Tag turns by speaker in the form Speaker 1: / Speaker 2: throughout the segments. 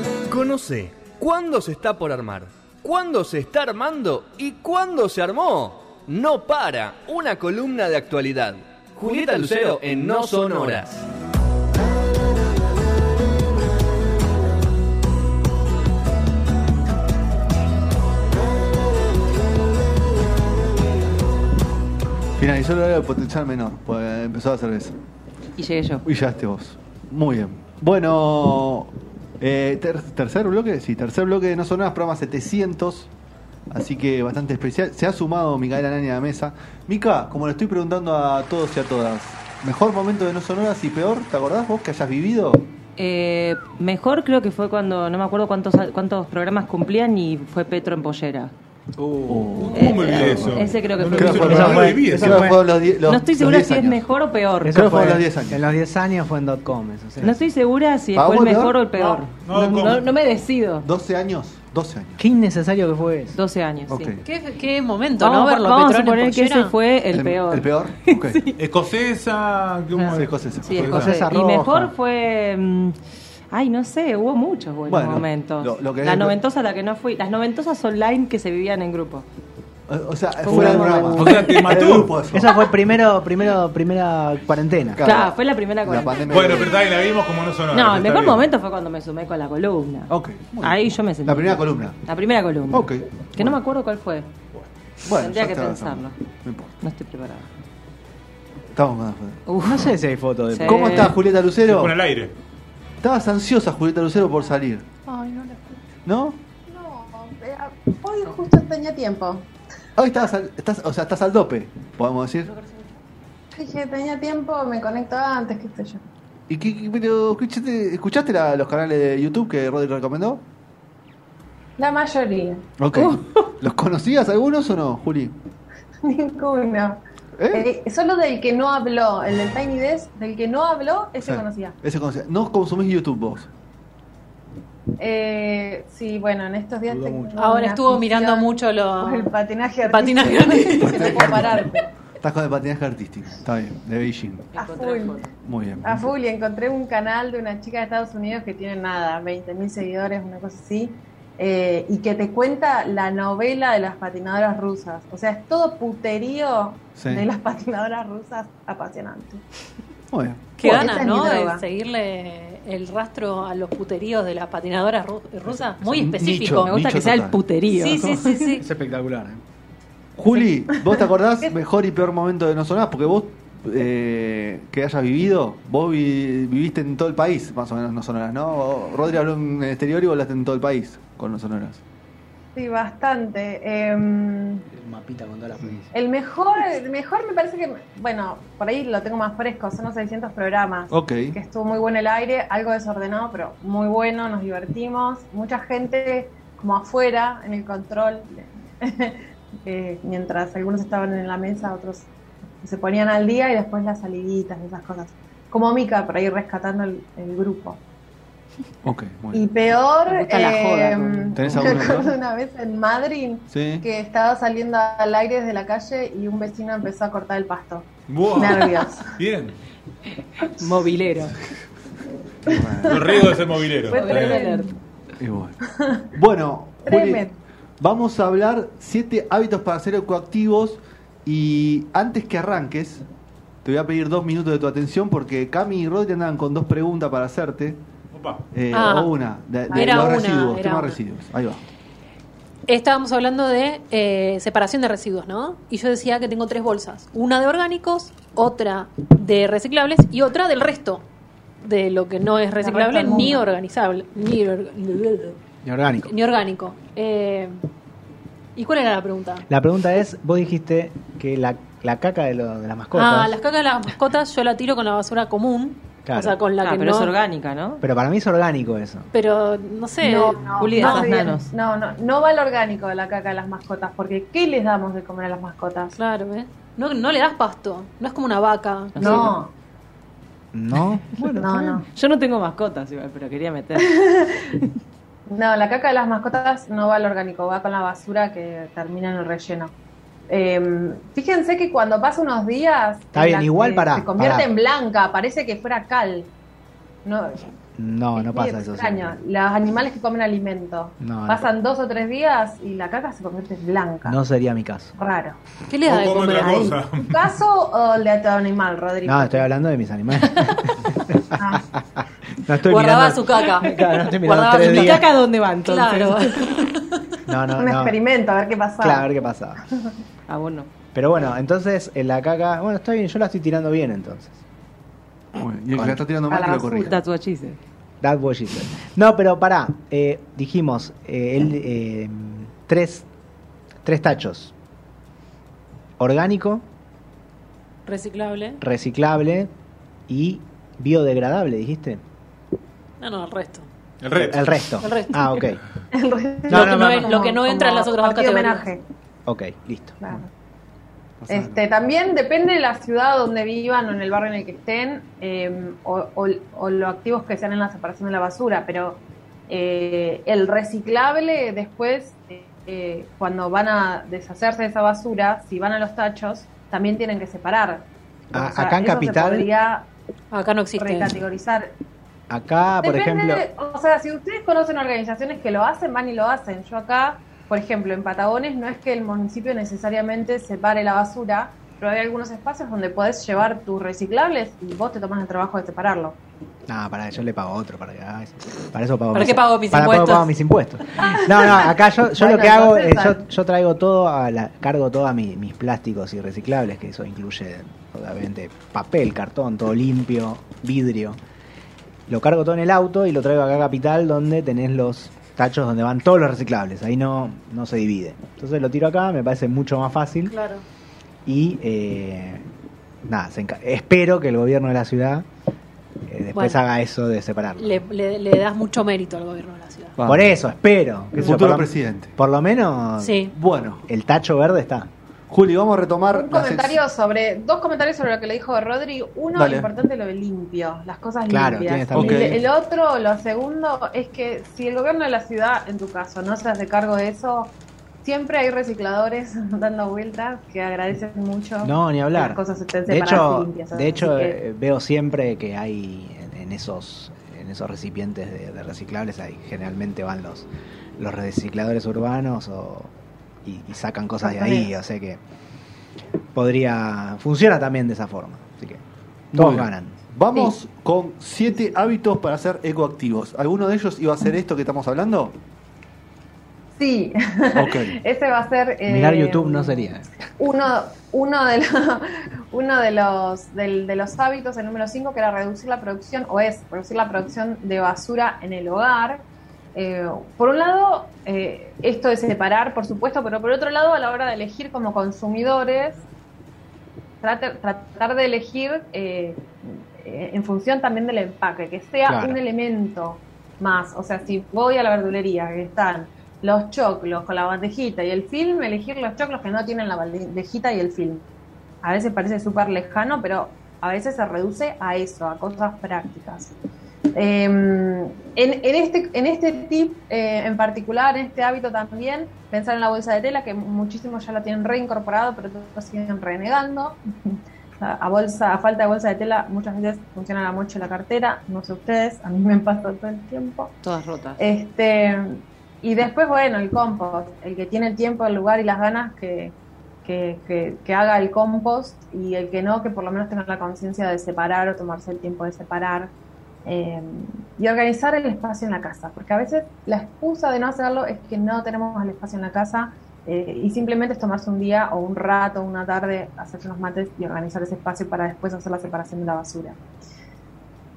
Speaker 1: desconoce cuándo se está por armar, cuándo se está armando y cuándo se armó. No para, una columna de actualidad. Julieta Lucero en No Son Horas.
Speaker 2: Finalizó el horario de potencial menor, pues empezó a hacer eso.
Speaker 3: Y llegué yo.
Speaker 2: Y ya esté vos. Muy bien. Bueno, eh, ter- tercer bloque, sí, tercer bloque de No Sonoras, programa 700. Así que bastante especial. Se ha sumado Micaela Nani a la mesa. Mica, como le estoy preguntando a todos y a todas, ¿mejor momento de No Sonoras y peor? ¿Te acordás vos que hayas vivido?
Speaker 3: Eh, mejor creo que fue cuando, no me acuerdo cuántos, cuántos programas cumplían y fue Petro en pollera.
Speaker 4: ¿Cómo me olvidé eso?
Speaker 3: Ese creo que fue.
Speaker 4: Creo que fue- no lo viví eso.
Speaker 2: creo que fueron los die- los-
Speaker 3: no estoy
Speaker 2: los
Speaker 3: segura
Speaker 2: 10
Speaker 3: si es
Speaker 2: años.
Speaker 3: mejor o peor.
Speaker 2: Eso- Creo que fue a
Speaker 5: en
Speaker 2: los 10 años.
Speaker 5: Eh, En los 10 años fue en dotcom. eso, sí.
Speaker 3: No estoy segura si
Speaker 2: ¿Para
Speaker 3: fue el
Speaker 2: vos el
Speaker 3: mejor
Speaker 2: peor?
Speaker 3: o el peor.
Speaker 4: No,
Speaker 3: No,
Speaker 4: ¿cómo?
Speaker 3: no- no me decido.
Speaker 2: 12 años, 12 años.
Speaker 5: Qué innecesario que fue eso.
Speaker 3: 12 años, sí.
Speaker 2: Ok.
Speaker 6: Qué, qué momento,
Speaker 3: Vamos,
Speaker 6: ¿no? Verlo
Speaker 3: vamos a
Speaker 6: Petrón en
Speaker 3: suponer que ese
Speaker 6: pollera.
Speaker 3: fue el peor.
Speaker 2: ¿El peor? Ok.
Speaker 4: Escocesa. ¿cómo
Speaker 2: Ah,
Speaker 4: es?
Speaker 2: escocesa.
Speaker 3: Sí,
Speaker 5: Escocesa.
Speaker 3: escocés. Y
Speaker 5: roja.
Speaker 3: mejor fue. mm, Ay, no sé, hubo muchos buenos
Speaker 2: Bueno,
Speaker 3: momentos.
Speaker 2: lo- lo que-
Speaker 3: la noventosa a la que no fui. Las noventosas online que se vivían en grupo.
Speaker 2: O- O sea,
Speaker 5: un
Speaker 2: fuera del
Speaker 5: gran
Speaker 2: programa.
Speaker 4: O sea, te
Speaker 2: Del
Speaker 4: mató.
Speaker 2: grupo eso.
Speaker 5: Esa fue primero, primero, primera cuarentena.
Speaker 2: Claro.
Speaker 3: Claro, fue la primera
Speaker 2: La
Speaker 3: cuarentena.
Speaker 2: pandemia.
Speaker 4: Bueno, pero está ahí, la vimos como no sonora.
Speaker 3: No, el
Speaker 4: está
Speaker 3: mejor
Speaker 4: bien.
Speaker 3: momento fue cuando me sumé con la columna.
Speaker 2: Ok, muy
Speaker 3: Ahí
Speaker 2: bien.
Speaker 3: yo me sentí.
Speaker 2: La primera columna.
Speaker 3: La primera columna.
Speaker 2: Ok.
Speaker 3: Que no me acuerdo cuál fue.
Speaker 2: Bueno,
Speaker 3: Tendría
Speaker 2: ya
Speaker 3: que
Speaker 2: está,
Speaker 3: pensarlo.
Speaker 2: No importa.
Speaker 3: No estoy preparada.
Speaker 2: Estamos con la foto.
Speaker 5: Uf, no sé si hay fotos de
Speaker 3: Sí.
Speaker 2: ¿Cómo estás, Julieta
Speaker 4: Se
Speaker 2: Lucero?
Speaker 4: pone al aire.
Speaker 2: Estabas ansiosa, Julieta Lucero, por salir.
Speaker 7: Ay, no la-
Speaker 2: ¿No?
Speaker 7: No, eh, hoy justo tenía tiempo.
Speaker 2: Hoy estás al, estás, o sea, estás al dope, podemos decir.
Speaker 7: Dije, tenía tiempo, me conecto antes, qué sé yo.
Speaker 2: ¿Y qué, qué- pero escuchaste, escuchaste la- los canales de YouTube que Rodri recomendó?
Speaker 7: La mayoría,
Speaker 2: Ok.
Speaker 3: Uh.
Speaker 2: ¿Los conocías algunos o no, Juli?
Speaker 7: ninguno.
Speaker 2: ¿Eh?
Speaker 7: Eh, solo del que no habló, el del Tiny Desk, del que no habló, ese
Speaker 2: Sí,
Speaker 7: conocía.
Speaker 2: Ese conocía. No consumís YouTube vos.
Speaker 7: Eh, sí, bueno, en estos días. tengo
Speaker 6: Ahora
Speaker 7: una
Speaker 6: estuvo mirando
Speaker 7: afición
Speaker 6: mucho lo...
Speaker 7: por El patinaje
Speaker 6: el patinaje
Speaker 7: artístico.
Speaker 2: artístico.
Speaker 7: No puedo parar.
Speaker 2: Estás con el patinaje artístico. Está bien, de Beijing.
Speaker 7: A full.
Speaker 2: Muy bien.
Speaker 7: A full, y encontré un canal de una chica de Estados Unidos que tiene nada, 20.000 seguidores, una cosa así, eh, y que te cuenta la novela de las patinadoras rusas. O sea, es todo puterío
Speaker 2: Sí.
Speaker 7: de las patinadoras rusas apasionante.
Speaker 2: Muy bien.
Speaker 6: Qué
Speaker 7: Bueno,
Speaker 6: ganas,
Speaker 7: esa es mi
Speaker 6: ¿no? De
Speaker 7: droga.
Speaker 6: seguirle el rastro a los puteríos de las patinadoras ru- rusas. Muy
Speaker 2: un
Speaker 6: específico.
Speaker 3: Me gusta
Speaker 2: Nicho
Speaker 3: que sea el
Speaker 2: total.
Speaker 3: puterío.
Speaker 6: Sí, sí, sí, sí.
Speaker 5: Es espectacular. ¿eh?
Speaker 2: Juli, ¿vos te acordás mejor y peor momento de No Sonás? Porque vos, eh, que hayas vivido, vos vi- viviste en todo el país, más o menos No Sonoras, ¿no? O- Rodri habló en el exterior y vos hablaste en todo el país con No Sonoras.
Speaker 7: Sí, bastante. Em,
Speaker 5: El mapita con todas las provincias.
Speaker 7: el mejor, el mejor me parece que, bueno, por ahí lo tengo más fresco, son los 600 programas.
Speaker 2: Ok.
Speaker 7: que estuvo muy bueno el aire, algo desordenado, pero muy bueno, nos divertimos, mucha gente como afuera, en el control, eh, mientras algunos estaban en la mesa, otros se ponían al día y después las saliditas y esas cosas. Como Mica, por ahí rescatando el, el grupo.
Speaker 2: Ok, muy
Speaker 7: Y
Speaker 2: bien.
Speaker 7: peor,
Speaker 3: Me gusta la joda,
Speaker 7: em,
Speaker 2: ¿Tenés
Speaker 7: me
Speaker 2: alguno,
Speaker 7: acuerdo
Speaker 2: no?
Speaker 7: una vez en Madrid
Speaker 2: Sí.
Speaker 7: que estaba saliendo al aire desde la calle y un vecino empezó a cortar el pasto.
Speaker 4: Buah.
Speaker 7: Nervios.
Speaker 4: Bien.
Speaker 3: Movilero.
Speaker 4: Los riesgos de ser movilero.
Speaker 7: Fue
Speaker 4: Está bien.
Speaker 7: tremendo.
Speaker 2: Y bueno. Bueno, Juli,
Speaker 7: Tremendo.
Speaker 2: vamos a hablar siete hábitos para ser ecoactivos y antes que arranques, te voy a pedir dos minutos de tu atención porque Cami y Rodri andaban con dos preguntas para hacerte.
Speaker 4: Opa.
Speaker 2: eh,
Speaker 6: Ah.
Speaker 2: o una, de, de
Speaker 6: Era
Speaker 2: los
Speaker 6: una,
Speaker 2: residuos,
Speaker 6: era
Speaker 2: tema
Speaker 6: una.
Speaker 2: residuos. Ahí va.
Speaker 6: Estábamos hablando de eh, separación de residuos, ¿no? Y yo decía que tengo tres bolsas. Una de orgánicos, otra de reciclables y otra del resto de lo que no es reciclable
Speaker 7: del mundo.
Speaker 6: ni organizable, ni, or-
Speaker 5: Y orgánico.
Speaker 6: ni orgánico. Eh, ¿Y cuál era la pregunta?
Speaker 5: La pregunta es, vos dijiste que la, la caca de, lo- de las mascotas,
Speaker 6: Ah, las cacas de las mascotas yo la tiro con la basura común.
Speaker 5: Claro.
Speaker 6: O sea, con la
Speaker 3: Ah,
Speaker 6: que
Speaker 3: pero
Speaker 6: no.
Speaker 3: es orgánica, ¿no?
Speaker 5: pero para mí es orgánico eso.
Speaker 6: Pero no sé.
Speaker 7: No, no,
Speaker 3: Eh, Juli, de
Speaker 7: no,
Speaker 3: esas
Speaker 7: bien.
Speaker 3: nanos.
Speaker 7: No, no, no va el orgánico de la caca de las mascotas, porque ¿qué les damos de comer a las mascotas?
Speaker 6: Claro, ¿eh? No, no le das pasto. No es como una vaca.
Speaker 7: No,
Speaker 5: ¿No? Bueno,
Speaker 7: no, no.
Speaker 3: Yo no tengo mascotas igual, pero quería meter.
Speaker 7: No, la caca de las mascotas no va al orgánico, va con la basura que termina en el relleno. Eh, fíjense que cuando pasa unos días
Speaker 5: Está
Speaker 7: en
Speaker 5: bien,
Speaker 7: la
Speaker 5: igual
Speaker 7: que
Speaker 5: pará,
Speaker 7: se convierte
Speaker 5: pará.
Speaker 7: en blanca, parece que fuera cal. No,
Speaker 5: No, no
Speaker 7: muy
Speaker 5: pasa eso.
Speaker 7: extraño.
Speaker 5: siempre.
Speaker 7: Los animales que comen alimento
Speaker 5: No, no
Speaker 7: pasan dos o tres días y la caca se convierte en blanca.
Speaker 5: No sería mi caso.
Speaker 7: Raro.
Speaker 6: ¿Qué le da de
Speaker 4: O come
Speaker 6: comer
Speaker 4: otra
Speaker 6: ahí?
Speaker 4: cosa.
Speaker 7: ¿Tu caso o el de tu animal, Rodrigo?
Speaker 5: No, estoy hablando de mis animales.
Speaker 7: Ah,
Speaker 5: No estoy
Speaker 6: Guardaba
Speaker 5: mirando-
Speaker 6: su caca.
Speaker 5: Claro, no estoy mirando
Speaker 6: Guardaba
Speaker 5: tres
Speaker 6: su
Speaker 3: ¿Y
Speaker 5: días.
Speaker 3: caca dónde va entonces?
Speaker 6: Claro.
Speaker 5: No, no,
Speaker 7: un
Speaker 5: no.
Speaker 7: experimento, a ver qué pasa.
Speaker 5: Claro, a ver qué pasaba.
Speaker 3: Ah, bueno.
Speaker 5: Pero bueno, entonces en la caca. Bueno, está bien, yo la estoy tirando bien entonces.
Speaker 2: Bueno, y el que la está tirando
Speaker 7: A
Speaker 2: mal
Speaker 7: la
Speaker 2: que lo
Speaker 7: basura.
Speaker 2: corrija.
Speaker 3: That's what she said.
Speaker 5: That was she said. No, pero pará. eh, dijimos, eh, el, eh, tres, tres tachos: orgánico,
Speaker 6: Reciclable.
Speaker 5: reciclable y biodegradable, dijiste.
Speaker 6: No, no, el resto.
Speaker 4: El resto.
Speaker 5: El resto.
Speaker 6: El resto.
Speaker 5: Ah, ok.
Speaker 6: Lo
Speaker 5: No,
Speaker 6: que
Speaker 5: no,
Speaker 6: no
Speaker 5: no,
Speaker 6: es-
Speaker 5: no.
Speaker 6: lo que no entra en las otras dos
Speaker 7: partido
Speaker 6: categorías.
Speaker 7: homenaje.
Speaker 5: Ok, listo.
Speaker 7: Claro.
Speaker 2: Pasa algo.
Speaker 7: Este, también depende de la ciudad donde vivan o en el barrio en el que estén eh, o, o- o lo activos que sean en la separación de la basura, pero eh, el reciclable después, eh, eh, cuando van a deshacerse de esa basura, si van a los tachos, también tienen que separar.
Speaker 5: A- Ah, acá en
Speaker 7: eso se
Speaker 5: Capital-
Speaker 7: podría
Speaker 6: Acá no existe.
Speaker 7: recategorizar.
Speaker 5: Acá, Ah, por
Speaker 7: Depende,
Speaker 5: ejemplo.
Speaker 7: o sea, si ustedes conocen organizaciones que lo hacen, van y lo hacen. Yo acá, por ejemplo, en Patagones no es que el municipio necesariamente separe la basura, pero hay algunos espacios donde podés llevar tus reciclables y vos te tomás el trabajo de separarlo.
Speaker 5: No, para yo le pago otro. Para, que- ay, para eso pago
Speaker 6: ¿Para qué pago mis
Speaker 5: para-
Speaker 6: impuestos?
Speaker 5: pago mis impuestos. No, no, acá yo, yo lo
Speaker 7: Bueno,
Speaker 5: que hago es.
Speaker 7: entonces,
Speaker 5: Yo, yo traigo todo, a la, cargo todos mis plásticos y reciclables, que eso incluye, obviamente, papel, cartón, todo limpio, vidrio. Lo cargo todo en el auto y lo traigo acá a Capital, donde tenés los tachos donde van todos los reciclables. Ahí no, no se divide. Entonces lo tiro acá, me parece mucho más fácil.
Speaker 6: Claro.
Speaker 5: Y eh, nada, se enca- espero que el gobierno de la ciudad eh, después
Speaker 6: Bueno.
Speaker 5: haga eso de separarlo.
Speaker 6: Le, le- le das mucho mérito al gobierno de la ciudad.
Speaker 5: Por eso, espero. qué sé yo,
Speaker 2: Futuro
Speaker 5: por lo-
Speaker 2: presidente.
Speaker 5: Por lo menos
Speaker 6: Sí.
Speaker 2: Bueno,
Speaker 5: el tacho verde está.
Speaker 2: Juli, vamos a
Speaker 5: Ah,
Speaker 2: retomar.
Speaker 7: Un
Speaker 2: la
Speaker 7: comentario sobre, dos comentarios sobre lo que le dijo Rodri. Uno,
Speaker 2: Dale.
Speaker 7: importante lo de limpio, las cosas
Speaker 5: Claro, tiene
Speaker 7: limpias.
Speaker 5: esta-
Speaker 7: Y
Speaker 2: Ok.
Speaker 7: El, el otro, lo segundo, es que si el gobierno de la ciudad, en tu caso, no se hace cargo de eso, siempre hay recicladores dando vueltas que agradecen mucho.
Speaker 5: No, ni
Speaker 7: que
Speaker 5: hablar.
Speaker 7: Las cosas estén
Speaker 5: De
Speaker 7: separadas
Speaker 5: hecho,
Speaker 7: y limpias.
Speaker 5: de hecho
Speaker 7: Así que-
Speaker 5: eh, veo siempre que hay en, en esos en esos recipientes de, de reciclables ahí generalmente van los los recicladores urbanos o, y, y sacan cosas de ahí,
Speaker 7: Cartoneros.
Speaker 5: o sea que podría funciona también de esa forma, así que todos
Speaker 2: Muy bien.
Speaker 5: ganan.
Speaker 2: Vamos con siete hábitos para ser ecoactivos. ¿Alguno de ellos iba a ser esto que estamos hablando?
Speaker 7: Sí,
Speaker 2: Ok.
Speaker 7: ese va a ser. eh,
Speaker 5: Mirar YouTube no sería.
Speaker 7: Uno, uno, de, lo- uno de, los, del- de los hábitos, el número 5, que era reducir la producción, o es reducir la producción de basura en el hogar. Eh, por un lado, eh, esto de separar, por supuesto, pero por otro lado, a la hora de elegir como consumidores, trate- tratar de elegir eh, eh, en función también del empaque, que sea
Speaker 5: Claro.
Speaker 7: un elemento más. O sea, si voy a la verdulería, que están los choclos con la bandejita y el film, elegir los choclos que no tienen la bandejita y el film. A veces parece súper lejano, pero a veces se reduce a eso, a cosas prácticas. Eh, en, en este, en este tip eh, en particular, en este hábito también, pensar en la bolsa de tela, que muchísimos ya la tienen reincorporado, pero otros siguen renegando. A, a bolsa, a falta de bolsa de tela, muchas veces funciona la mochila, la cartera, no sé ustedes, a mí me pasa todo el tiempo.
Speaker 3: Todas rotas.
Speaker 7: Este, y después, bueno, el compost, el que tiene el tiempo, el lugar y las ganas que, que, que- que haga el compost y el que no, que por lo menos tenga la conciencia de separar o tomarse el tiempo de separar. Eh, y organizar el espacio en la casa, porque a veces la excusa de no hacerlo es que no tenemos el espacio en la casa eh, y simplemente es tomarse un día o un rato, una tarde, hacerse unos mates y organizar ese espacio para después hacer la separación de la basura.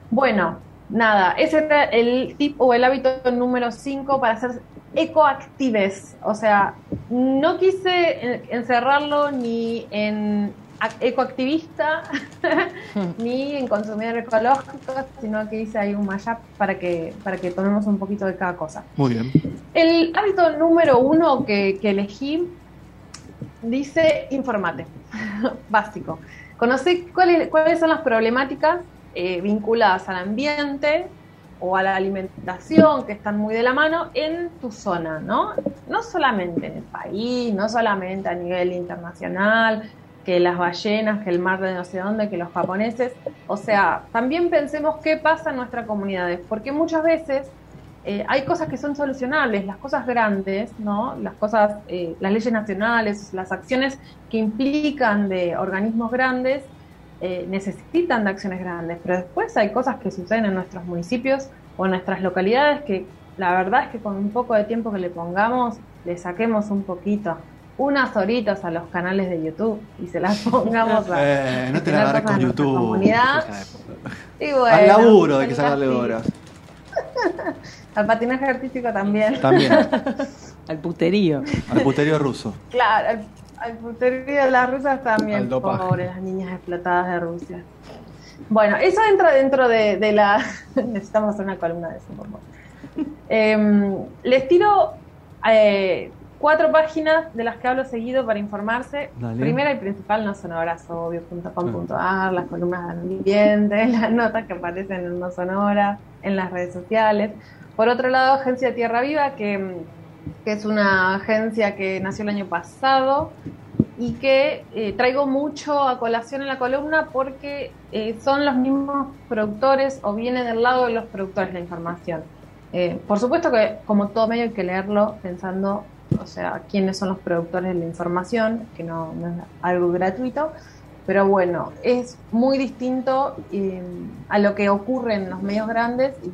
Speaker 7: Bueno, nada, ese era el tip o el hábito número 5 para ser ecoactives. O sea, no quise en- encerrarlo ni en ac- ecoactivista ni en consumidor ecológico, sino que hice ahí un mashup para que, para que tomemos un poquito de cada cosa.
Speaker 2: Muy bien.
Speaker 7: El hábito número uno que, que elegí dice informate, básico. Conocer cuáles, cuáles son las problemáticas eh, vinculadas al ambiente o a la alimentación que están muy de la mano en tu zona, ¿no? No solamente en el país, no solamente a nivel internacional, que las ballenas, que el mar de no sé dónde, que los japoneses. O sea, también pensemos qué pasa en nuestras comunidades, porque muchas veces eh, hay cosas que son solucionables, las cosas grandes, ¿no? Las cosas, eh, las leyes nacionales, las acciones que implican de organismos grandes eh, necesitan de acciones grandes, pero después hay cosas que suceden en nuestros municipios o en nuestras localidades que la verdad es que con un poco de tiempo que le pongamos, le saquemos un poquito, unas horitas a los canales de YouTube y se las pongamos a,
Speaker 2: Eh, no te la
Speaker 7: a
Speaker 2: agarres con
Speaker 7: nuestra
Speaker 2: YouTube.
Speaker 7: comunidad. Y bueno,
Speaker 2: Al laburo hay que
Speaker 7: el
Speaker 2: sacarle
Speaker 7: casting.
Speaker 2: horas.
Speaker 7: Al patinaje artístico también.
Speaker 2: También,
Speaker 3: Al puterío.
Speaker 2: al puterío ruso.
Speaker 7: Claro, al, al puterío de las rusas
Speaker 5: Al
Speaker 7: también.
Speaker 5: dopaje.
Speaker 7: Pobre, las niñas explotadas de Rusia. Bueno, eso entra dentro de, de la. Necesitamos hacer una columna de eso, por favor. Em, les tiro eh, cuatro páginas de las que hablo seguido para informarse.
Speaker 2: Dale.
Speaker 7: Primera y principal no son horas, obvio, punto com, punto ar, las columnas de ambiente, las notas que aparecen en No Sonora, en las redes sociales. Por otro lado, Agencia Tierra Viva, que, mm, que es una agencia que nació el año pasado y que eh, traigo mucho a colación en la columna porque eh, son los mismos productores o viene del lado de los productores la información. Eh, por supuesto que como todo medio hay que leerlo pensando, o sea, quiénes son los productores de la información, que no, no es algo gratuito, pero bueno, es muy distinto eh, a lo que ocurre en los medios grandes y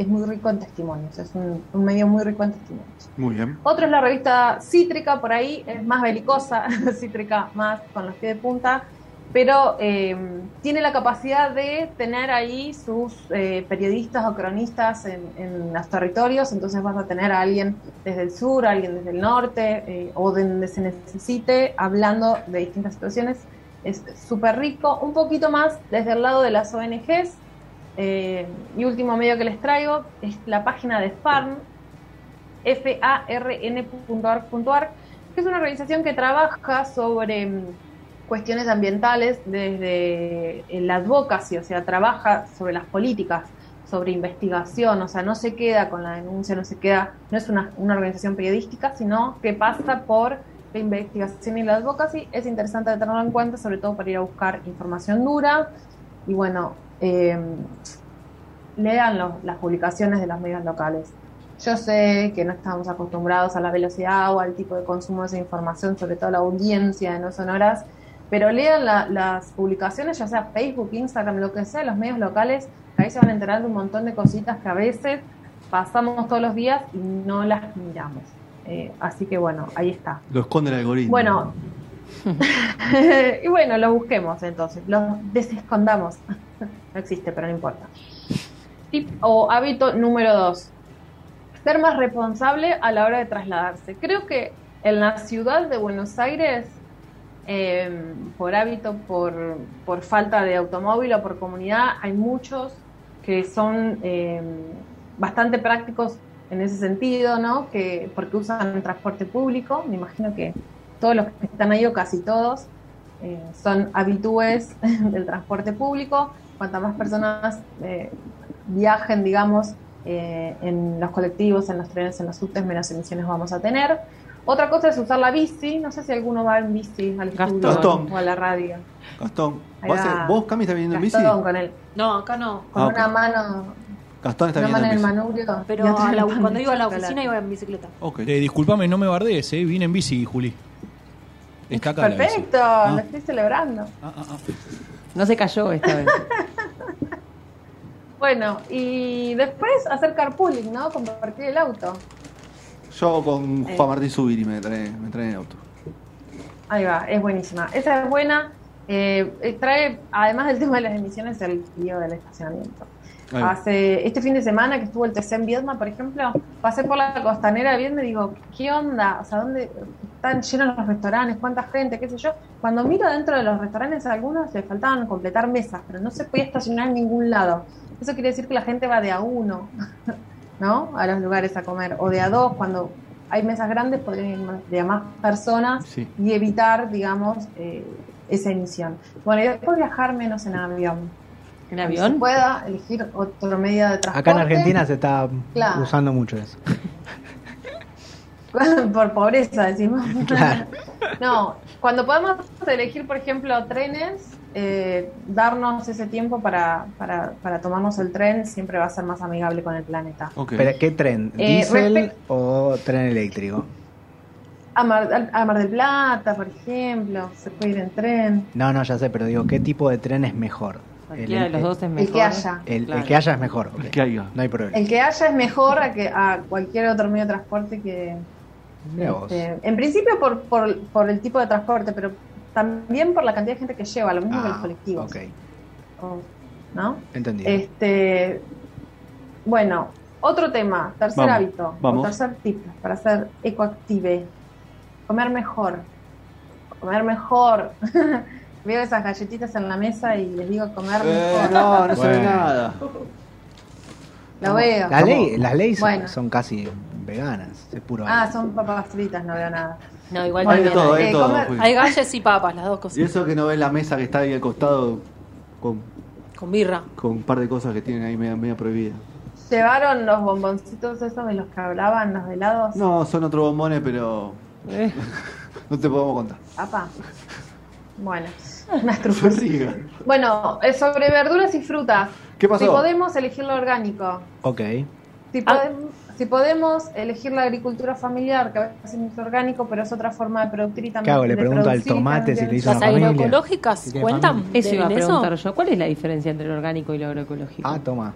Speaker 7: es muy rico en testimonios, es un- un medio muy rico en testimonios.
Speaker 2: Muy bien.
Speaker 7: Otro es la revista Cítrica, por ahí es más belicosa, Cítrica más con los pies de punta, pero eh, tiene la capacidad de tener ahí sus eh, periodistas o cronistas en, en los territorios, entonces vas a tener a alguien desde el sur, a alguien desde el norte eh, o de donde se necesite hablando de distintas situaciones. Es súper rico, un poquito más desde el lado de las ONGs. eh, y último medio que les traigo es la página de FARM, farn.org.ar, que es una organización que trabaja sobre mm, cuestiones ambientales desde eh, la advocacy, o sea, trabaja sobre las políticas, sobre investigación, o sea, no se queda con la denuncia, no se queda, no es una, una organización periodística, sino que pasa por la investigación y la advocacy. Es interesante tenerlo en cuenta, sobre todo para ir a buscar información dura. Y bueno, eh, lean los- las publicaciones de los medios locales. Yo sé que no estamos acostumbrados a la velocidad o al tipo de consumo de esa información, sobre todo la audiencia de no sonoras, pero lean la- las publicaciones, ya sea Facebook, Instagram, lo que sea, los medios locales, ahí se van a enterar de un montón de cositas que a veces pasamos todos los días y no las miramos. Eh, así que bueno, ahí está.
Speaker 2: Lo esconde el algoritmo.
Speaker 7: Bueno, y bueno, los busquemos entonces, los desescondamos. no existe, pero no importa. Tip o hábito número dos, ser más responsable a la hora de trasladarse. Creo que en la ciudad de Buenos Aires, eh, por hábito, por, por falta de automóvil o por comunidad, hay muchos que son eh, bastante prácticos en ese sentido, ¿no? Que, porque usan transporte público, me imagino que todos los que están ahí o casi todos eh, son habitúes del transporte público. Cuantas más personas eh, viajen, digamos, eh, en los colectivos, en los trenes, en los subtes, menos emisiones vamos a tener. Otra cosa es usar la bici. No sé si alguno va en bici al
Speaker 3: Gastón.
Speaker 7: estudio
Speaker 2: Gastón.
Speaker 7: o a la radio.
Speaker 2: Gastón,
Speaker 7: Ahí
Speaker 2: ¿vas
Speaker 7: va.
Speaker 2: a- ¿vos, Cami, estás viniendo en bici?
Speaker 7: Gastón con, el,
Speaker 6: No, acá no.
Speaker 7: con
Speaker 2: Ah,
Speaker 7: una
Speaker 2: ok.
Speaker 7: mano,
Speaker 2: Gastón está
Speaker 7: una mano
Speaker 2: viniendo
Speaker 7: en
Speaker 2: en
Speaker 7: el
Speaker 2: bici.
Speaker 7: manubrio.
Speaker 6: Pero
Speaker 7: y otra
Speaker 6: a
Speaker 7: en
Speaker 6: la-
Speaker 7: el
Speaker 6: cuando iba a la
Speaker 7: pancho,
Speaker 6: oficina iba en bicicleta.
Speaker 2: Ok.
Speaker 8: Eh, disculpame, no me bardees, eh. Vine en bici, Juli. Está acá la bici.
Speaker 7: Perfecto,
Speaker 8: Ah,
Speaker 7: lo estoy celebrando.
Speaker 8: ah, ah, ah.
Speaker 3: No se cayó esta vez.
Speaker 7: Bueno, y después hacer carpooling, ¿no? Compartir el auto.
Speaker 2: Yo con
Speaker 7: Eh.
Speaker 2: Juan Martín Subiri me trae, me trae en el auto.
Speaker 7: Ahí va, es buenísima. Esa es buena. eh, eh, trae, además del tema de las emisiones, el lío del estacionamiento.
Speaker 2: Ahí va.
Speaker 7: Hace este fin de semana que estuvo el TC en Viedma, por ejemplo, pasé por la costanera de Viedma y digo, ¿qué onda? O sea, ¿dónde están llenos los restaurantes? ¿Cuánta gente? ¿Qué sé yo? Cuando miro dentro de los restaurantes, a algunos les faltaban completar mesas, pero no se podía estacionar en ningún lado. Eso quiere decir que la gente va de a uno, ¿no? A los lugares a comer, o de a dos, cuando hay mesas grandes podrían ir más- de a más personas
Speaker 2: Sí.
Speaker 7: y evitar, digamos, eh, esa emisión. Bueno, y después viajar menos en avión.
Speaker 3: ¿En
Speaker 7: Si
Speaker 3: avión?
Speaker 7: pueda elegir otro medio de transporte.
Speaker 5: Acá en Argentina se está
Speaker 7: Claro.
Speaker 5: usando mucho eso.
Speaker 7: Por pobreza, decimos.
Speaker 5: Claro.
Speaker 7: No, cuando podamos elegir, por ejemplo, trenes, eh, darnos ese tiempo para, para, para tomarnos el tren siempre va a ser más amigable con el planeta.
Speaker 2: Ok.
Speaker 5: Pero, ¿qué tren?
Speaker 7: Eh,
Speaker 5: ¿Diesel
Speaker 7: respe-
Speaker 5: o tren eléctrico?
Speaker 7: A Mar, a Mar del Plata, por ejemplo, se puede ir en tren.
Speaker 5: No, no, ya sé, pero digo, ¿qué tipo de tren es mejor?
Speaker 3: Cualquiera de los dos es mejor.
Speaker 7: que haya.
Speaker 5: El, el
Speaker 3: Claro.
Speaker 5: que haya es mejor. ok.
Speaker 2: El que haya.
Speaker 5: No hay problema.
Speaker 7: El que haya es mejor a que a cualquier otro medio de transporte que...
Speaker 5: Mirá vos.
Speaker 7: este, en principio por, por, por el tipo de transporte, pero también por la cantidad de gente que lleva, lo mismo que
Speaker 5: Ah,
Speaker 7: los colectivos.
Speaker 5: ok,
Speaker 7: o- ¿No?
Speaker 5: entendido.
Speaker 7: Este, bueno, otro tema, tercer
Speaker 2: Vamos,
Speaker 7: hábito, o
Speaker 2: vamos.
Speaker 7: tercer tip para ser ecoactive, comer mejor, comer mejor. Veo esas galletitas en la mesa y les digo comer
Speaker 2: Eh,
Speaker 7: mejor.
Speaker 2: no, no se ve
Speaker 5: Bueno.
Speaker 2: nada.
Speaker 7: Lo veo.
Speaker 5: La ley- las leyes son-
Speaker 7: Bueno.
Speaker 5: son casi veganas, es puro
Speaker 7: Ah,
Speaker 5: aire.
Speaker 7: son papas fritas, no veo nada.
Speaker 3: No, igual
Speaker 2: Hay de
Speaker 3: también.
Speaker 2: todo,
Speaker 3: hay-
Speaker 2: hay de
Speaker 7: Eh,
Speaker 2: todo.
Speaker 7: comer-
Speaker 2: Juli.
Speaker 6: Hay galles y papas, las dos
Speaker 2: Y
Speaker 6: cosas.
Speaker 2: eso que no ves la mesa que está ahí al costado con,
Speaker 6: Con birra.
Speaker 2: con un par de cosas que tienen ahí media, media prohibidas.
Speaker 7: ¿Llevaron los bomboncitos esos de los que hablaban, los helados?
Speaker 2: No, son otros bombones, pero
Speaker 3: Eh,
Speaker 2: no te podemos contar.
Speaker 7: Apa. Bueno, unas
Speaker 2: Yo
Speaker 7: trufas.
Speaker 2: sigo.
Speaker 7: Bueno, eh, sobre verduras y frutas.
Speaker 2: ¿Qué pasó?
Speaker 7: Si podemos elegir lo orgánico.
Speaker 5: Ok.
Speaker 7: Si,
Speaker 6: Ah.
Speaker 7: podem- si podemos elegir la agricultura familiar, que a veces no es orgánico, pero es otra forma de producir y también.
Speaker 5: ¿Qué hago? Le
Speaker 7: de
Speaker 5: pregunto al
Speaker 7: producir y
Speaker 5: tomate si
Speaker 7: también-
Speaker 5: le hizo una
Speaker 6: ¿Las
Speaker 5: familia.
Speaker 6: agroecológicas
Speaker 5: Si tiene
Speaker 6: cuentan?
Speaker 5: familia.
Speaker 3: Eso iba a
Speaker 6: ¿En eso?
Speaker 3: preguntar yo. ¿Cuál es la diferencia entre lo orgánico y lo agroecológico?
Speaker 5: Ah, toma.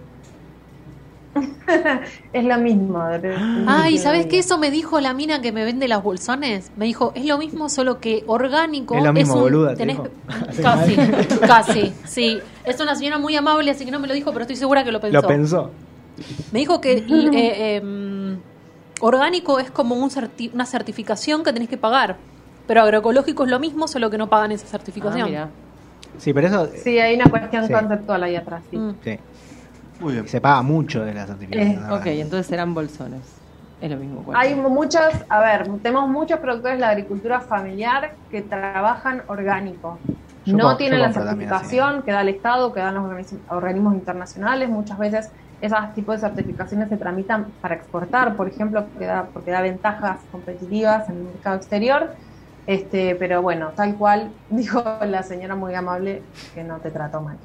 Speaker 7: Es lo mismo. de-
Speaker 6: Ay, ¿sabes qué? Eso me dijo la mina que me vende las bolsones. Me dijo, es lo mismo, solo que orgánico.
Speaker 5: Es lo mismo,
Speaker 6: un-
Speaker 5: boluda, te
Speaker 6: tenés-
Speaker 5: dijo.
Speaker 6: Casi, casi, sí. Es una señora muy amable, así que no me lo dijo, pero estoy segura que lo pensó.
Speaker 5: Lo pensó.
Speaker 6: Me dijo que l- eh, eh, mm, orgánico es como un certi- una certificación que tenés que pagar. Pero agroecológico es lo mismo, solo que no pagan esa
Speaker 3: Ah,
Speaker 6: certificación.
Speaker 3: mira.
Speaker 5: Sí, pero eso.
Speaker 7: Sí, hay una cuestión
Speaker 5: Sí.
Speaker 7: conceptual ahí atrás. sí.
Speaker 6: Mm.
Speaker 5: sí.
Speaker 2: Muy bien.
Speaker 5: Y se paga mucho de la certificación.
Speaker 7: Eh,
Speaker 5: la verdad.
Speaker 3: Ok, entonces serán bolsones. Es lo mismo.
Speaker 7: Hay
Speaker 3: cualquiera.
Speaker 7: muchos, a ver, tenemos muchos productores de la agricultura familiar que trabajan orgánico.
Speaker 5: Yo
Speaker 7: no
Speaker 5: com- yo
Speaker 7: tienen la
Speaker 5: compro también,
Speaker 7: certificación que da el Estado, que dan los organismos, organismos internacionales. Muchas veces esos tipos de certificaciones se tramitan para exportar, por ejemplo, que da- porque da ventajas competitivas en el mercado exterior. Este, pero bueno, tal cual dijo la señora muy amable que no te trató mal.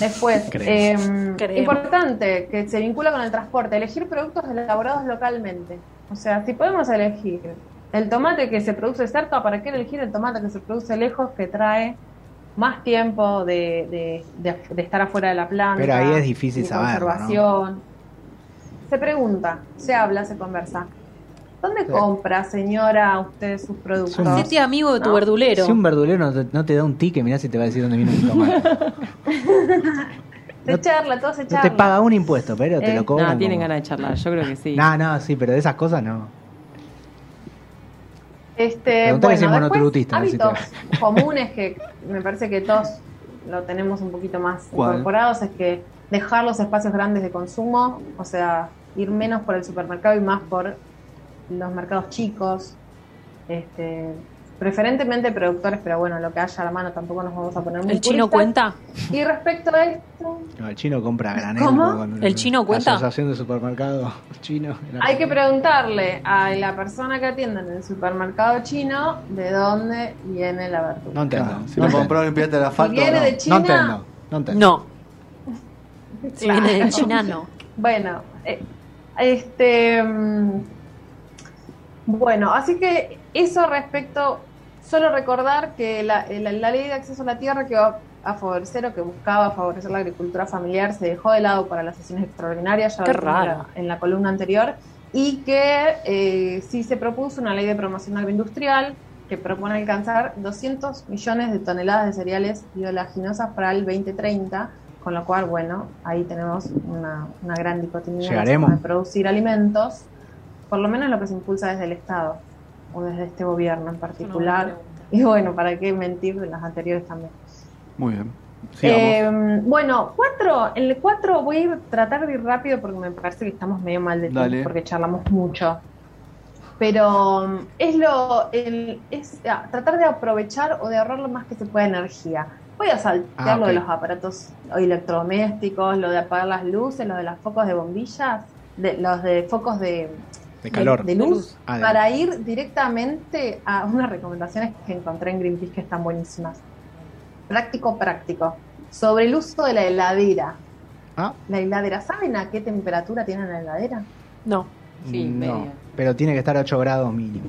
Speaker 7: Después,
Speaker 5: Creemos.
Speaker 7: em,
Speaker 6: Creemos.
Speaker 7: importante que se vincula con el transporte, elegir productos elaborados localmente. O sea, si podemos elegir el tomate que se produce cerca, ¿para qué elegir el tomate que se produce lejos que trae más tiempo de, de- de- de estar afuera de la planta?
Speaker 5: Pero ahí es difícil
Speaker 7: de
Speaker 5: saberlo, ¿no?
Speaker 7: Conservación. Se pregunta, se habla, se conversa. ¿Dónde
Speaker 5: Sí.
Speaker 7: compra, señora, usted sus productos?
Speaker 5: un-
Speaker 6: Hacete amigo de tu
Speaker 7: No.
Speaker 6: verdulero.
Speaker 5: Si un verdulero no te, no te da un ticket, mirá si te va a decir dónde viene el tomate.
Speaker 7: Se
Speaker 5: no-
Speaker 7: charla, todo se
Speaker 5: No
Speaker 7: charla.
Speaker 5: te paga un impuesto, pero te
Speaker 7: Eh,
Speaker 5: lo
Speaker 7: no,
Speaker 5: cobran.
Speaker 3: No, tienen
Speaker 5: como-
Speaker 3: ganas de charlar. Yo creo que sí.
Speaker 5: No, no, sí, pero de esas cosas no.
Speaker 7: Este,
Speaker 5: Preguntale si es
Speaker 7: bueno, después,
Speaker 5: monotributista, a ver si te
Speaker 7: hábitos comunes que me parece que todos lo tenemos un poquito más
Speaker 2: ¿Cuál?
Speaker 7: incorporados es que dejar los espacios grandes de consumo, o sea, ir menos por el supermercado y más por los mercados chicos, este, preferentemente productores, pero bueno, lo que haya a la mano tampoco nos vamos a poner muy
Speaker 6: ¿El chino
Speaker 7: puristas.
Speaker 6: cuenta?
Speaker 7: Y respecto a esto,
Speaker 5: No, el chino compra a granel.
Speaker 7: ¿Cómo?
Speaker 5: como con-
Speaker 6: ¿El chino cuenta?
Speaker 5: La asociación de supermercado chino.
Speaker 7: Hay que preguntarle a la persona que atiende en el supermercado chino de dónde viene la
Speaker 5: No
Speaker 7: verdura.
Speaker 5: entiendo.
Speaker 2: Claro,
Speaker 5: no
Speaker 2: si lo
Speaker 5: entiendo.
Speaker 2: compraron en Pirata de la
Speaker 7: Si viene de
Speaker 5: No
Speaker 7: China,
Speaker 5: entiendo. No entiendo.
Speaker 6: No. Si viene de
Speaker 7: Claro.
Speaker 6: China, no.
Speaker 7: Bueno, eh, este. mm, Bueno, así que eso respecto. Solo recordar que la, eh, la- la ley de acceso a la tierra que va a favorecer o que buscaba favorecer la agricultura familiar se dejó de lado para las sesiones extraordinarias, ya
Speaker 6: Qué
Speaker 7: lo dijimos en la-
Speaker 6: raro.
Speaker 7: en la columna anterior, y que eh, sí se propuso una ley de promoción agroindustrial que propone alcanzar 200 millones de toneladas de cereales biolaginosas para el 2030, con lo cual, bueno, ahí tenemos una, una gran dicotomía en la
Speaker 5: Llegaremos.
Speaker 7: forma de producir alimentos, por lo menos lo que se impulsa desde el Estado o desde este gobierno en particular. y bueno, ¿para qué mentir de las anteriores también?
Speaker 2: Muy bien. Sigamos.
Speaker 7: Eh, bueno, cuatro, en el cuatro voy a ir- tratar de ir rápido porque me parece que estamos medio mal de
Speaker 2: Dale.
Speaker 7: tiempo porque charlamos mucho. Pero mm, es lo el- es ah, tratar de aprovechar o de ahorrar lo más que se pueda energía. Voy a saltar
Speaker 5: Ah, ok.
Speaker 7: lo de los aparatos electrodomésticos, lo de apagar las luces, lo de los focos de bombillas, de, los de focos de,
Speaker 5: De De calor.
Speaker 7: de luz,
Speaker 5: Ah, de
Speaker 7: para ir directamente a unas recomendaciones que encontré en Greenpeace que están buenísimas. Práctico, práctico. Sobre el uso de la heladera.
Speaker 5: Ah.
Speaker 7: La heladera, ¿saben a qué temperatura tiene la heladera?
Speaker 6: No.
Speaker 3: Sí,
Speaker 5: no,
Speaker 3: media.
Speaker 5: Pero tiene que estar a 8 grados mínimo.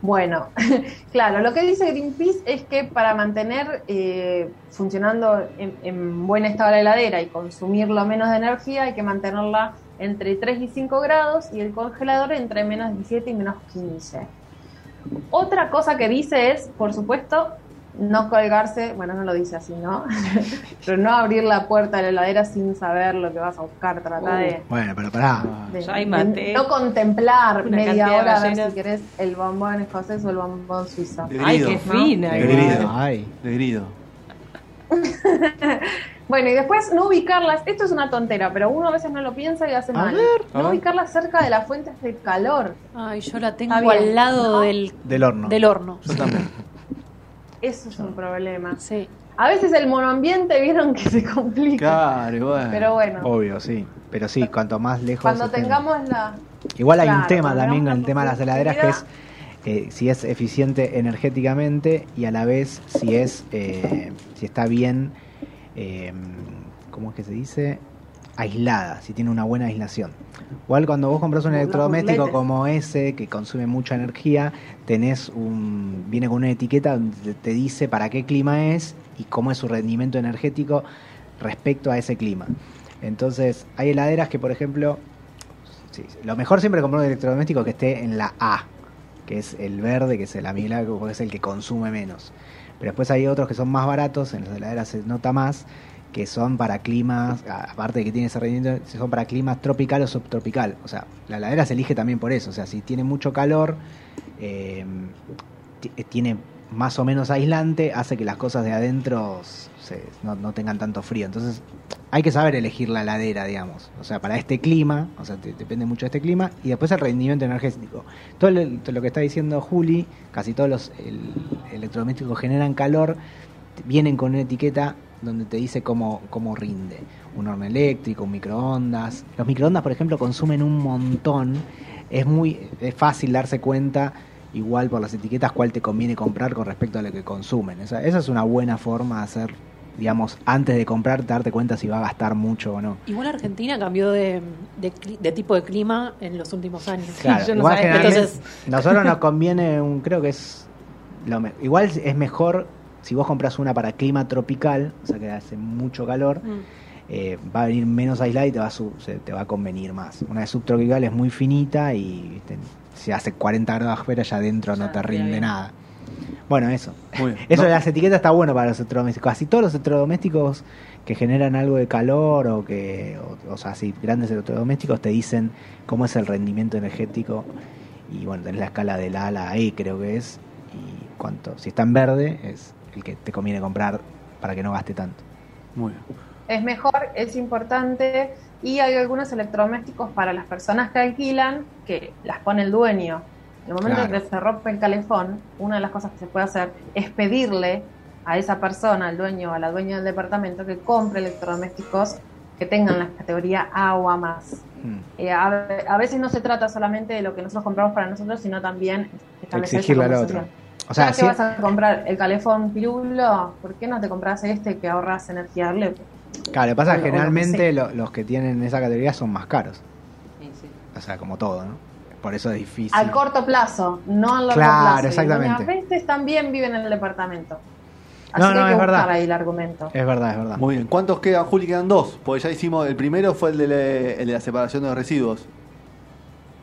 Speaker 7: Bueno, claro, lo que dice Greenpeace es que para mantener eh, funcionando en, en buen estado la heladera y consumir lo menos de energía hay que mantenerla entre 3 y 5 grados y el congelador entre menos 17 y menos 15. Otra cosa que dice es, por supuesto, no colgarse, bueno, no lo dice así, ¿no? Pero no abrir la puerta de la heladera sin saber lo que vas a buscar, trata
Speaker 3: Uh.
Speaker 7: de...
Speaker 5: Bueno, pero pará.
Speaker 7: De-
Speaker 3: Ya hay mate.
Speaker 7: de no contemplar
Speaker 3: Una
Speaker 7: media
Speaker 3: cantidad de
Speaker 7: hora a ver
Speaker 3: ballenas.
Speaker 7: si querés el bombón escocés o el bombón suizo.
Speaker 2: De
Speaker 3: Ay,
Speaker 2: grido.
Speaker 3: qué fina.
Speaker 5: De
Speaker 2: Qué
Speaker 3: igual.
Speaker 2: grido.
Speaker 5: Ay.
Speaker 2: De grido.
Speaker 7: Bueno, y después no ubicarlas, esto es una tontera, pero uno a veces no lo piensa y hace
Speaker 5: A
Speaker 7: mal.
Speaker 5: ver,
Speaker 2: a
Speaker 7: no
Speaker 2: ver.
Speaker 7: ubicarlas cerca de las fuentes de calor.
Speaker 6: Ay, yo la tengo
Speaker 7: Está bien,
Speaker 6: al lado
Speaker 7: ¿no?
Speaker 6: del,
Speaker 5: Del horno.
Speaker 6: del horno.
Speaker 2: Yo también.
Speaker 7: Eso es un problema.
Speaker 6: Sí.
Speaker 7: A veces el monoambiente vieron que se complica.
Speaker 2: Claro, bueno.
Speaker 7: Pero bueno,
Speaker 5: Obvio, sí. Pero sí, cuanto más lejos.
Speaker 7: cuando
Speaker 5: estén.
Speaker 7: tengamos la...
Speaker 5: Igual hay un
Speaker 7: Claro,
Speaker 5: tema
Speaker 7: cuando
Speaker 5: también con el
Speaker 7: tengamos la
Speaker 5: tema de las heladeras que es eh, si es eficiente energéticamente y a la vez si es eh, si está bien, eh, ¿cómo es que se dice? Aislada, si tiene una buena aislación. Igual cuando vos compras un
Speaker 7: Los
Speaker 5: electrodoméstico
Speaker 7: burletes.
Speaker 5: como ese que consume mucha energía, tenés un viene con una etiqueta donde te- te dice para qué clima es y cómo es su rendimiento energético respecto a ese clima. Entonces, hay heladeras que, por ejemplo, sí, sí, lo mejor siempre comprar un electrodoméstico que esté en la A, que es el verde, que es el amilábico, que es el que consume menos. Pero después hay otros que son más baratos, en las heladeras se nota más, que son para climas, a- aparte de que tiene ese rendimiento, son para climas tropical o subtropical. O sea, la heladera se elige también por eso. O sea, si tiene mucho calor, eh, ti- eh, tiene más o menos aislante, hace que las cosas de adentro se- no, no tengan tanto frío. Entonces, hay que saber elegir la heladera, digamos. O sea, para este clima, o sea, te- depende mucho de este clima, y después el rendimiento energético. Todo lo, todo lo que está diciendo Juli, casi todos los el- electrodomésticos generan calor, vienen con una etiqueta donde te dice cómo, cómo rinde. Un horno eléctrico, un microondas. Los microondas, por ejemplo, consumen un montón. Es muy es fácil darse cuenta, igual por las etiquetas, cuál te conviene comprar con respecto a lo que consumen. Esa, esa es una buena forma de hacer, digamos, antes de comprar, darte cuenta si va a gastar mucho o no.
Speaker 6: Igual Argentina cambió de, de cli- de tipo de clima en los últimos años.
Speaker 5: Claro,
Speaker 3: yo no
Speaker 5: igual
Speaker 3: sabía.
Speaker 5: generalmente
Speaker 6: Entonces-
Speaker 5: nosotros nos conviene un, creo que es lo me- igual es mejor si vos compras una para clima tropical, o sea que hace mucho calor,
Speaker 6: Mm.
Speaker 5: eh, va a venir menos aislada y te va a, su- se- te va a convenir más. Una de subtropical es muy finita y viste, si hace 40 grados afuera ya adentro no
Speaker 3: Ya,
Speaker 5: te
Speaker 3: ya
Speaker 5: rinde
Speaker 3: bien.
Speaker 5: nada. Bueno, eso.
Speaker 2: Muy bien.
Speaker 5: Eso
Speaker 2: No,
Speaker 5: de las etiquetas está bueno para los electrodomésticos. Casi todos los electrodomésticos que generan algo de calor o que, o, o sea, así grandes electrodomésticos te dicen cómo es el rendimiento energético. Y bueno, tenés la escala del A a la E, creo que es. Y cuánto, si está en verde, es el que te conviene comprar para que no gaste tanto.
Speaker 2: Muy bien.
Speaker 7: es mejor, es importante y hay algunos electrodomésticos para las personas que alquilan que las pone el dueño. En el momento
Speaker 5: Claro.
Speaker 7: que se rompe el calefón, una de las cosas que se puede hacer es pedirle a esa persona, al dueño o a la dueña del departamento, que compre electrodomésticos que tengan la categoría agua más.
Speaker 5: Mm.
Speaker 7: Eh, a, a veces no se trata solamente de lo que nosotros compramos para nosotros, sino también establecer esa
Speaker 5: Exigirle al
Speaker 7: conversación.
Speaker 5: otro. O
Speaker 7: O sea,
Speaker 5: sea,
Speaker 7: que
Speaker 5: sí-
Speaker 7: vas a comprar el calefón pirulo, ¿por qué no te compras este que ahorras energía? Darle
Speaker 5: claro, lo que pasa es que
Speaker 7: o lo que
Speaker 5: generalmente
Speaker 7: sea.
Speaker 5: lo- los que tienen esa categoría son más caros.
Speaker 3: Sí, sí.
Speaker 5: O sea, como todo, ¿no? Por eso es difícil.
Speaker 7: Al corto plazo, no al largo
Speaker 5: Claro,
Speaker 7: plazo. Y
Speaker 5: exactamente.
Speaker 7: algunas veces también viven en el departamento. Así
Speaker 5: No,
Speaker 7: que
Speaker 5: no,
Speaker 7: hay
Speaker 5: es
Speaker 7: que buscar
Speaker 5: verdad. Eh.
Speaker 7: ahí el argumento.
Speaker 5: Es verdad, es verdad.
Speaker 2: Muy bien. ¿Cuántos quedan, Juli? Quedan dos. Porque ya hicimos. El primero fue el de la, el de la separación de los residuos.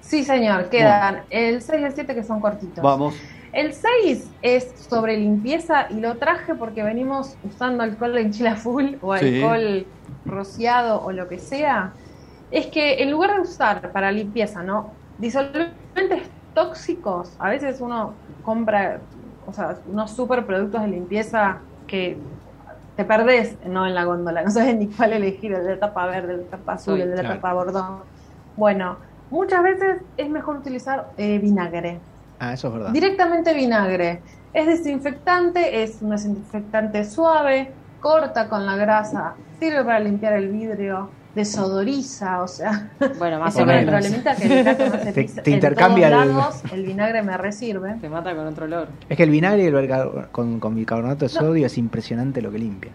Speaker 7: Sí, señor, quedan el 6 y el 7 que son cortitos.
Speaker 2: Vamos.
Speaker 7: El 6 es sobre limpieza y lo traje porque venimos usando alcohol en chila full o
Speaker 2: Sí.
Speaker 7: alcohol rociado o lo que sea. Es que en lugar de usar para limpieza, ¿no? Disolventes tóxicos, a veces uno compra, o sea, unos super productos de limpieza que te perdés, no en la góndola, no sabes ni cuál elegir, el de la tapa verde, el de la tapa azul,
Speaker 3: Sí,
Speaker 7: el de la
Speaker 8: claro.
Speaker 7: tapa bordón. Bueno, muchas veces es mejor utilizar eh, vinagre.
Speaker 5: Ah, eso es verdad.
Speaker 7: Directamente vinagre. Es desinfectante, es un desinfectante suave, corta con la grasa, sirve para limpiar el vidrio, desodoriza, o sea,
Speaker 3: Bueno, más
Speaker 7: ese
Speaker 3: o
Speaker 7: es el
Speaker 3: menos.
Speaker 7: problemita que el vinagre no se
Speaker 5: Te-
Speaker 7: pisa
Speaker 5: te
Speaker 7: en
Speaker 5: intercambia
Speaker 7: todos
Speaker 5: el-
Speaker 7: lados, el vinagre me resirve.
Speaker 3: Te mata con otro olor.
Speaker 5: Es que el vinagre y el bicarbonato- con, con bicarbonato de sodio es impresionante lo que limpia.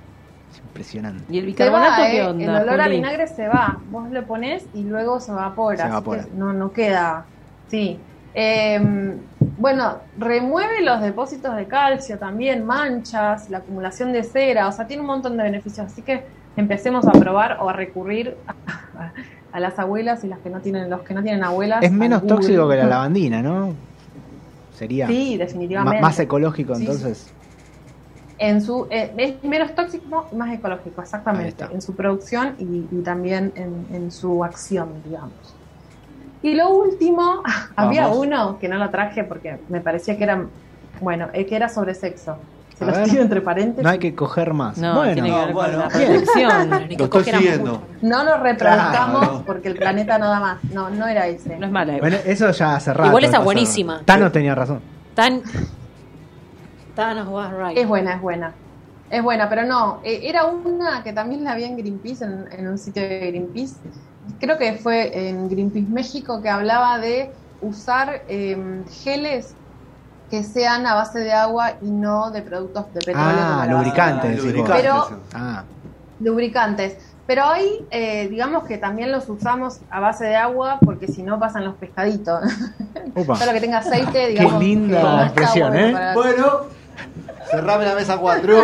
Speaker 5: Es impresionante.
Speaker 3: ¿Y el
Speaker 7: Se va,
Speaker 3: bicarbonato qué
Speaker 7: eh,
Speaker 3: onda?
Speaker 7: el olor a
Speaker 3: Juli?
Speaker 7: vinagre se va, vos lo pones y luego se evapora,
Speaker 5: Se
Speaker 7: así
Speaker 5: evapora.
Speaker 7: que no, no queda, sí. Eh, bueno, remueve los depósitos de calcio también, manchas, la acumulación de cera, o sea, tiene un montón de beneficios, así que empecemos a probar o a recurrir a, a las abuelas y las que no tienen, los que no tienen abuelas.
Speaker 5: Es
Speaker 7: al
Speaker 5: menos
Speaker 7: Google.
Speaker 5: tóxico que la lavandina, ¿no? Sería
Speaker 7: Sí,
Speaker 5: ma-
Speaker 7: definitivamente.
Speaker 5: más ecológico
Speaker 7: Sí, sí.
Speaker 5: entonces.
Speaker 7: en su eh, es menos tóxico y más ecológico, exactamente,
Speaker 5: Ahí está.
Speaker 7: en su producción y, y también en, en su acción, digamos. Y lo último, había uno que no lo traje porque me parecía que era, bueno, eh, que era sobre sexo. Se
Speaker 5: A
Speaker 7: los
Speaker 5: ver.
Speaker 7: tiro entre paréntesis.
Speaker 5: No hay que coger más.
Speaker 3: No, tiene que
Speaker 5: bueno,
Speaker 3: ver con
Speaker 2: bueno.
Speaker 3: la protección.
Speaker 6: Ni que
Speaker 2: Lo estoy
Speaker 6: cogiéramos
Speaker 2: siguiendo.
Speaker 6: mucho.
Speaker 7: No lo reproduzcamos
Speaker 2: Claro.
Speaker 7: porque el planeta no da más. No, no era ese.
Speaker 3: No es mala. igual.
Speaker 5: bueno, eso ya hace rato.
Speaker 6: Igual esa
Speaker 5: pasó.
Speaker 6: buenísima.
Speaker 5: Thanos tenía razón.
Speaker 6: Tan. Thanos was right.
Speaker 7: Es buena, es buena. Es buena, pero no. eh, era una que también la vi en Greenpeace, en, en un sitio de Greenpeace. Creo que fue en Greenpeace México que hablaba de usar eh, geles que sean a base de agua y no de productos de petróleo.
Speaker 5: Ah,
Speaker 7: como la basura.
Speaker 5: lubricante, decís vos.
Speaker 2: lubricante.
Speaker 7: Pero-
Speaker 5: Ah,
Speaker 7: Lubricantes. Pero ahí, eh, digamos que también los usamos a base de agua porque si no pasan los pescaditos.
Speaker 5: upa.
Speaker 7: Todo lo que tenga aceite, digamos. que
Speaker 5: linda
Speaker 7: no está
Speaker 5: expresión, ¿eh?
Speaker 7: para-
Speaker 2: Bueno, cerrame la mesa 4.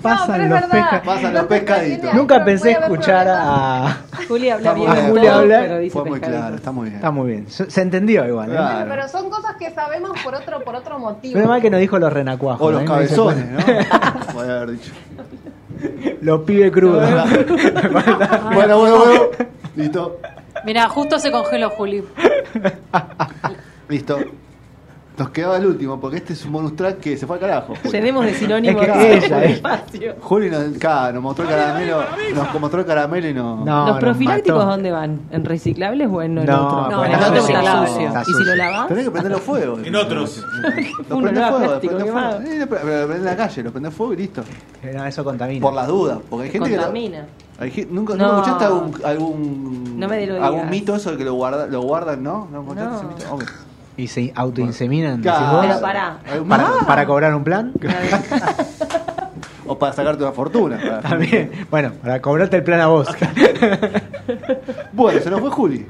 Speaker 5: Pasan
Speaker 7: pero es
Speaker 5: los
Speaker 7: verdad.
Speaker 5: pesca-
Speaker 2: Pasan los
Speaker 7: No,
Speaker 2: pescaditos.
Speaker 7: no, no.
Speaker 5: Nunca
Speaker 7: Pero
Speaker 5: pensé
Speaker 7: puede haber
Speaker 5: escuchar a.
Speaker 7: problemas.
Speaker 3: Juli habla bien.
Speaker 2: Vamos
Speaker 3: de
Speaker 2: a-
Speaker 3: todo,
Speaker 5: Juli habla-
Speaker 3: pero dice
Speaker 2: Fue muy
Speaker 3: pescadito.
Speaker 2: claro, está muy bien.
Speaker 5: Está muy bien. Se se entendió igual. ¿eh?
Speaker 2: Claro.
Speaker 7: Bueno, pero son cosas que sabemos por otro, por otro motivo.
Speaker 5: Menos mal que nos dijo los renacuajos.
Speaker 2: O los
Speaker 5: ¿eh? No dice
Speaker 2: cabezones, ¿no? Podría haber dicho.
Speaker 5: cuál. Los pibes crudos.
Speaker 2: Bueno, bueno, bueno. Listo.
Speaker 6: Mira, justo se congeló Juli.
Speaker 2: Listo. Nos quedaba el último, porque este es un bonus track que se fue al carajo. Juli.
Speaker 3: Llenemos de sinónimos.
Speaker 5: Es que
Speaker 3: el
Speaker 5: ella, eh.
Speaker 3: espacio.
Speaker 2: Juli nos, ca, nos mostró el caramelo, nos mostró el caramelo y nos...
Speaker 5: No,
Speaker 3: ¿Los
Speaker 5: nos
Speaker 3: profilácticos
Speaker 5: mató.
Speaker 3: dónde van? ¿En reciclables o en el
Speaker 5: No,
Speaker 3: otro?
Speaker 6: no,
Speaker 3: en el
Speaker 6: está
Speaker 3: otro
Speaker 6: sucio,
Speaker 3: está
Speaker 6: está
Speaker 3: sucio. ¿Y si
Speaker 5: sucio.
Speaker 3: lo lavas?
Speaker 2: Tenés que prender los fuegos.
Speaker 4: En otros.
Speaker 2: Los
Speaker 3: Uno,
Speaker 2: prende
Speaker 3: no,
Speaker 2: fuego, los
Speaker 3: plástico,
Speaker 2: prende fuego.
Speaker 3: quemado.
Speaker 2: Sí, lo- Pero lo prende en la calle, lo prende fuego y listo.
Speaker 5: No, eso contamina.
Speaker 2: Por las dudas, porque hay gente que... lo-
Speaker 3: Contamina.
Speaker 2: hay gen- ¿Nunca,
Speaker 3: No.
Speaker 2: ¿Nunca escuchaste algún, algún,
Speaker 3: No me lo
Speaker 2: algún
Speaker 3: digas.
Speaker 2: mito eso de que lo, guarda, lo guardan, no? ¿No escuchaste ese
Speaker 3: No.
Speaker 2: mito? Hombre.
Speaker 5: Y se autoinseminan. decís
Speaker 2: Claro.
Speaker 5: vos,
Speaker 3: Pero pará.
Speaker 2: Algún-
Speaker 5: para, para cobrar un plan.
Speaker 2: O para sacarte una fortuna. para-
Speaker 5: También. Bueno, para cobrarte el plan a vos.
Speaker 2: Bueno, se nos fue Juli.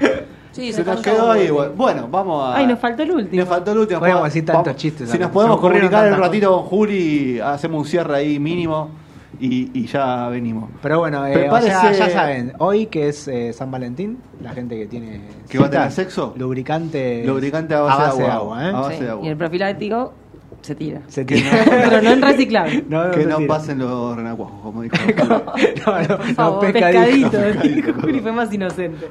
Speaker 6: Sí,
Speaker 2: Se,
Speaker 6: se
Speaker 2: nos
Speaker 6: cortó.
Speaker 2: quedó ahí. Bueno, Bueno, vamos a...
Speaker 3: Ay, nos faltó el
Speaker 2: Y
Speaker 3: último.
Speaker 2: nos faltó el último.
Speaker 5: Podemos
Speaker 2: Vamos-
Speaker 5: decir tantos
Speaker 2: vamos-
Speaker 5: chistes
Speaker 2: Si
Speaker 5: acá.
Speaker 2: nos podemos
Speaker 5: Se me ocurrieron
Speaker 2: comunicar en un
Speaker 5: tantas
Speaker 2: ratito con Juli, hacemos un cierre ahí mínimo y, y ya venimos.
Speaker 5: Pero bueno, eh, o
Speaker 2: Prepárese.
Speaker 5: sea, ya saben, hoy que es eh, San Valentín, la gente que tiene.
Speaker 2: ¿Que va a
Speaker 5: cita,
Speaker 2: tener sexo?
Speaker 5: Lubricante.
Speaker 2: Lubricante a base, de agua.
Speaker 5: ¿eh?
Speaker 2: A base
Speaker 3: Sí,
Speaker 2: de agua.
Speaker 3: Y el profiláctico se tira.
Speaker 5: Se
Speaker 2: Que
Speaker 5: tira.
Speaker 3: Pero no en reciclable.
Speaker 5: No,
Speaker 2: Que
Speaker 5: se
Speaker 2: no
Speaker 5: tira.
Speaker 2: pasen los renacuajos, como dijo.
Speaker 5: No, no,
Speaker 3: Por
Speaker 5: no,
Speaker 3: favor,
Speaker 5: pescadito.
Speaker 3: pescadito. dijo Juli, fue más inocente.